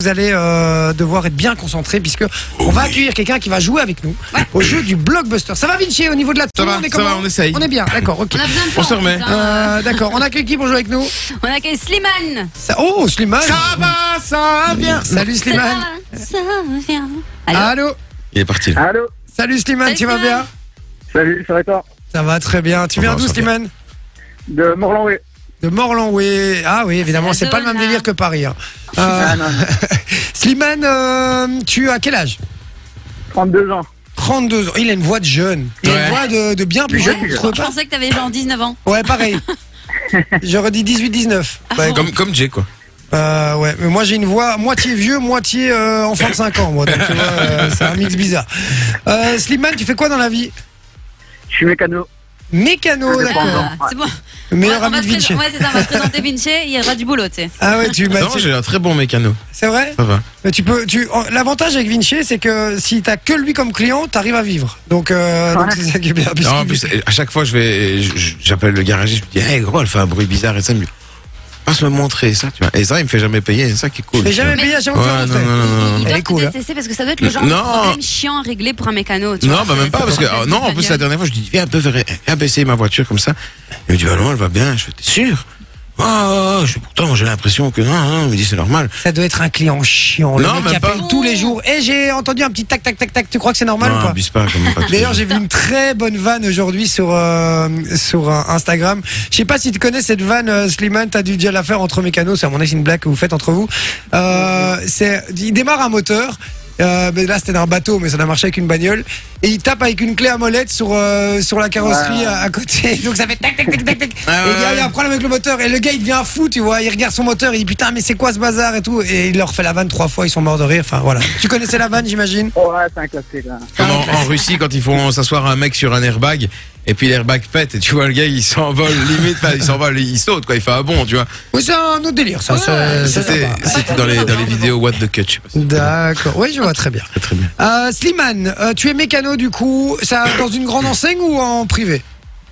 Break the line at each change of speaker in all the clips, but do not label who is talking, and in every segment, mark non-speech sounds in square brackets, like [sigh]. Vous allez euh, devoir être bien concentré puisque on va accueillir quelqu'un qui va jouer avec nous au jeu du blockbuster. Ça va Vinci au niveau de la
Ça
tout le
va,
monde est
ça
comment
va, on essaye.
On Euh. est bien, d'accord, ok.
On a besoin de
On se
force,
remet.
hein.
Euh, d'accord, on accueille qui pour jouer avec nous
On accueille Slimane.
Ça- Oh Slimane
Ça va, ça va bien.
Salut Slimane Ah,
Ça vient. Allô
Allô
Il est parti.
Allô
Salut Slimane,
Salut,
tu vas bien
Slimane.
Salut, ça va et toi
Ça va très bien. Tu
Ça
viens
va,
d'où
ça va.
Slimane
De Morlan, oui.
De Morlan, oui. Ah oui, évidemment,
C'est
c'est
la
pas le même
zone, là.
délire que Paris. hein. Euh,
Ah, non, non.
[laughs] Slimane, euh, tu as quel âge
32 ans.
32 ans. Il a une voix de jeune. Il a
Ouais.
une voix de, de bien plus
Ouais,
jeune, tu
je
trouves
Je
pas
pensais que t'avais genre 19 ans.
Ouais, pareil. Je redis 18-19. Ouais,
Comme, comme Jay, quoi.
Euh, ouais, mais moi j'ai une voix moitié vieux, moitié euh, enfant de 5 ans, moi. Donc, tu vois, euh, c'est un mix bizarre. Euh, Slimane, tu fais quoi dans la vie
Je suis mécano.
Mécano,
Ah,
d'accord.
Indépendant, ouais.
c'est bon.
Meilleur
Ouais, on
ami
va
de
te pré-
Vinci.
Ouais, c'est ça, on va te présenter Vinci. Il y aura du boulot, tu sais.
Ah ouais, tu bah,
non,
tu-
j'ai un très bon mécano.
c'est vrai.
Ça va.
Mais tu peux, tu en- l'avantage avec Vinci, c'est que si t'as que lui comme client, t'arrives à vivre. Donc, euh, donc
Ouais.
c'est ça qui est bien.
Non,
puisqu'il-
en plus, à chaque fois, je vais, je- je- j'appelle le garagiste, je lui dis, hey, gros, elle fait un bruit bizarre et ça me dit, passe me montrer ça, tu vois. Et ça, il me fait jamais payer, c'est ça qui est cool.
Mais
tu vois.
jamais payé à chaque
Ouais,
fois.
non, non, non, non, non.
Il
Euh, Elle est
doit
cool, hein.
te détester parce que ça doit être le genre
Non.
de problème chiant à régler pour un mécano. tu
Non,
vois.
bah même pas, parce que,
Ça
oh, non, en
devient-
plus, la dernière fois, je lui dis, viens un peu faire, viens baisser ma voiture comme ça. Il me dit, bah non, elle va bien. Je fais, t'es sûr? Oh, oh, oh, je, pourtant, j'ai l'impression que non, non, il me dit, c'est normal.
Ça doit être un client chiant. Le
Non,
mec
même
qui appelle
pas.
tous les jours. Et j'ai entendu un petit tac tac tac tac. Tu crois que c'est normal ou
Non,
pas
abuse pas, comme pas de
D'ailleurs,
soucis.
j'ai vu une très bonne vanne aujourd'hui sur euh, sur euh, Instagram. Je sais pas si tu connais cette vanne, euh, Slimane. T'as dû déjà la faire entre mécanos. C'est à mon avis une blague que vous faites entre vous. Euh, c'est, il démarre un moteur. Euh, mais là, c'était d'un bateau, mais ça n'a marché avec une bagnole. Et il tape avec une clé à molette sur euh, sur la carrosserie
Ouais.
à, à côté. [laughs] Donc ça fait tac tac tac tac tac.
Ah
et il y a
ouais.
eu un problème avec le moteur. Et le gars, il devient fou, tu vois. Il regarde son moteur. Il dit putain, mais c'est quoi ce bazar et tout. Et il leur fait la vanne trois fois. Ils sont morts de rire. Enfin voilà. tu connaissais la vanne, j'imagine.
Oh, ouais, c'est un classique. là.
Comme en, en Russie, quand ils font s'asseoir un mec sur un airbag, et puis l'airbag pète, et tu vois le gars, il [laughs] s'envole, limite, enfin, il s'envole, il saute, quoi, il fait un bond, tu vois.
Oui, Ah, c'est un autre délire, ça. ça- ça-
C'était c'était dans les, dans les vidéos What the Cut, je sais pas si
D'accord, oui, je vois très bien.
c'est très bien.
Euh, Slimane, euh, tu es mécano du coup, ça dans une grande enseigne ou en privé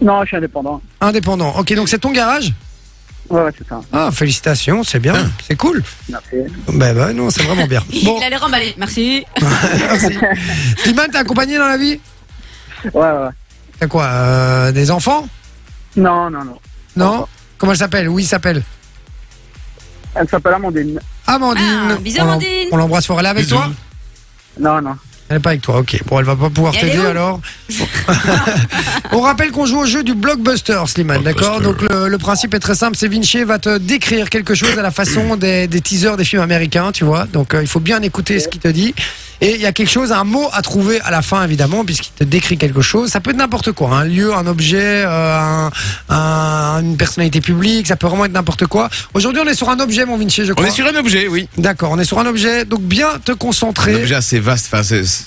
Non, je suis indépendant.
Indépendant. Ok, donc c'est ton garage
Ouais, ouais, c'est ça.
Ah, félicitations, c'est bien, c'est cool.
Merci.
Ben ben non, c'est vraiment bien. Bon,
[laughs] Il allait remballer. Merci.
merci. [laughs] Slimane, t'es accompagné dans la vie
Ouais, ouais.
T'as quoi euh, Des enfants
Non, non, non.
Non Comment elle s'appelle Oui, il s'appelle
Elle s'appelle Amandine.
Amandine.
Ah, bisous,
On l'em-
Amandine.
On l'embrasse fort. Elle est avec
Bisous.
toi
Non, non.
Elle est pas avec toi, ok. Bon, elle va pas pouvoir
Et elle est
t'aider
où [laughs]
alors. On rappelle qu'on joue au jeu du blockbuster, Slimane,
Blockbuster.
d'accord Donc le, le principe est très simple, c'est Vinci va te décrire quelque chose à la façon des, des teasers des films américains, tu vois. Donc euh, il faut bien écouter ce qu'il te dit. Et il y a quelque chose, un mot à trouver à la fin, évidemment, puisqu'il te décrit quelque chose. Ça peut être n'importe quoi, un lieu, un objet, euh, un- un- une personnalité publique, ça peut vraiment être n'importe quoi. Aujourd'hui, on est sur un objet, mon Vinci, je
On
crois.
est sur un objet, oui.
D'accord, on est sur un objet, donc bien te
Un
concentrer.
objet assez vaste, enfin, c'est- c'est-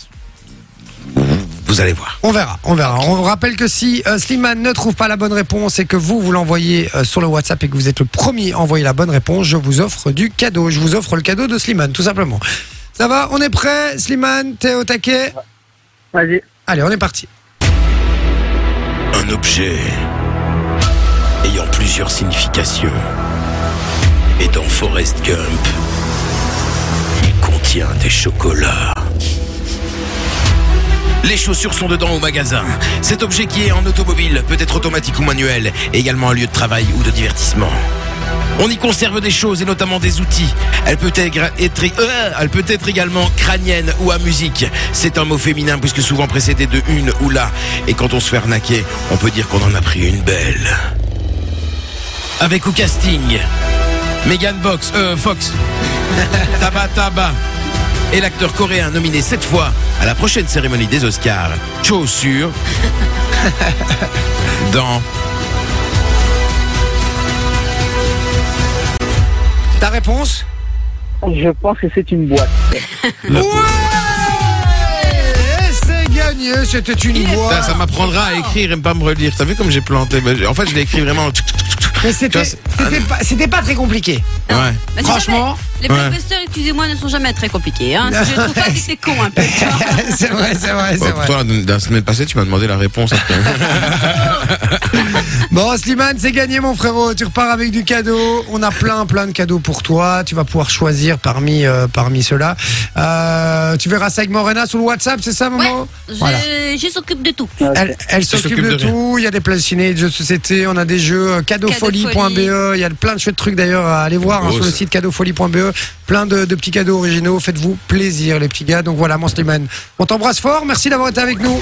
Vous allez voir.
On verra, on verra. On rappelle que si euh, Slimane ne trouve pas la bonne réponse et que vous, vous l'envoyez euh, sur le WhatsApp et que vous êtes le premier à envoyer la bonne réponse, je vous offre du cadeau. Je vous offre le cadeau de Slimane, tout simplement. Ça va, on est prêt Slimane, t'es au taquet
Vas-y.
Allez, on est parti.
Un objet ayant plusieurs significations. Et dans Forrest Gump, il contient des chocolats.
Les chaussures sont dedans au magasin. Cet objet qui est en automobile peut être automatique ou manuel, et également un lieu de travail ou de divertissement. On y conserve des choses et notamment des outils. Elle peut être, être- euh, elle peut être également crânienne ou à musique. C'est un mot féminin puisque souvent précédé de une ou la. Et quand on se fait arnaquer, on peut dire qu'on en a pris une belle. Avec au casting, Megan Box, euh, Fox, [laughs] Taba Taba et l'acteur coréen nominé cette fois à la prochaine cérémonie des Oscars, Cho Sur, [laughs] dans
Ta réponse
Je pense que c'est une boîte.
Ouais Et C'est gagné, c'était une
Ça,
boîte.
ça m'apprendra à écrire et pas me relire. T'as vu comme j'ai planté Mais En fait, je l'ai écrit vraiment. en tchouk, tchouk, tchouk, tchouk.
Mais
Tu
c'était
vois, c'est-
c'était pas, c'était pas très compliqué. [laughs]
Ouais.
Bah, c'est
Franchement,
jamais- Les
ouais.
blockbusters, excusez-moi, ne sont jamais très
[laughs]
compliqués. Hein. Je trouve pas que c'est con un peu. tu vois.
c'est vrai, c'est vrai, c'est
Bah,
vrai.
toi, la la semaine passée, tu m'as demandé la réponse. après.
Bon, Slimane, c'est gagné, mon frérot. Tu repars avec du cadeau. On a plein, plein de cadeaux pour toi. Tu vas pouvoir choisir parmi, euh, parmi ceux-là. Euh, tu verras ça avec Morena sur le WhatsApp, c'est ça, maman
Je,
Voilà.
je s'occupe de tout.
Elle, elle s'occupe
s'occupe
de,
de rien.
tout. Il y a des places ciné, des jeux de société. On a des jeux euh, cadeaufolie.be. Il y a plein de chouettes trucs d'ailleurs à aller voir hein,
Beau,
sur le
ça.
site cadeaufolie.be. E. Plein de, de petits cadeaux originaux. Faites-vous plaisir, les petits gars. Donc voilà, mon Slimane. On t'embrasse fort. Merci d'avoir été avec nous.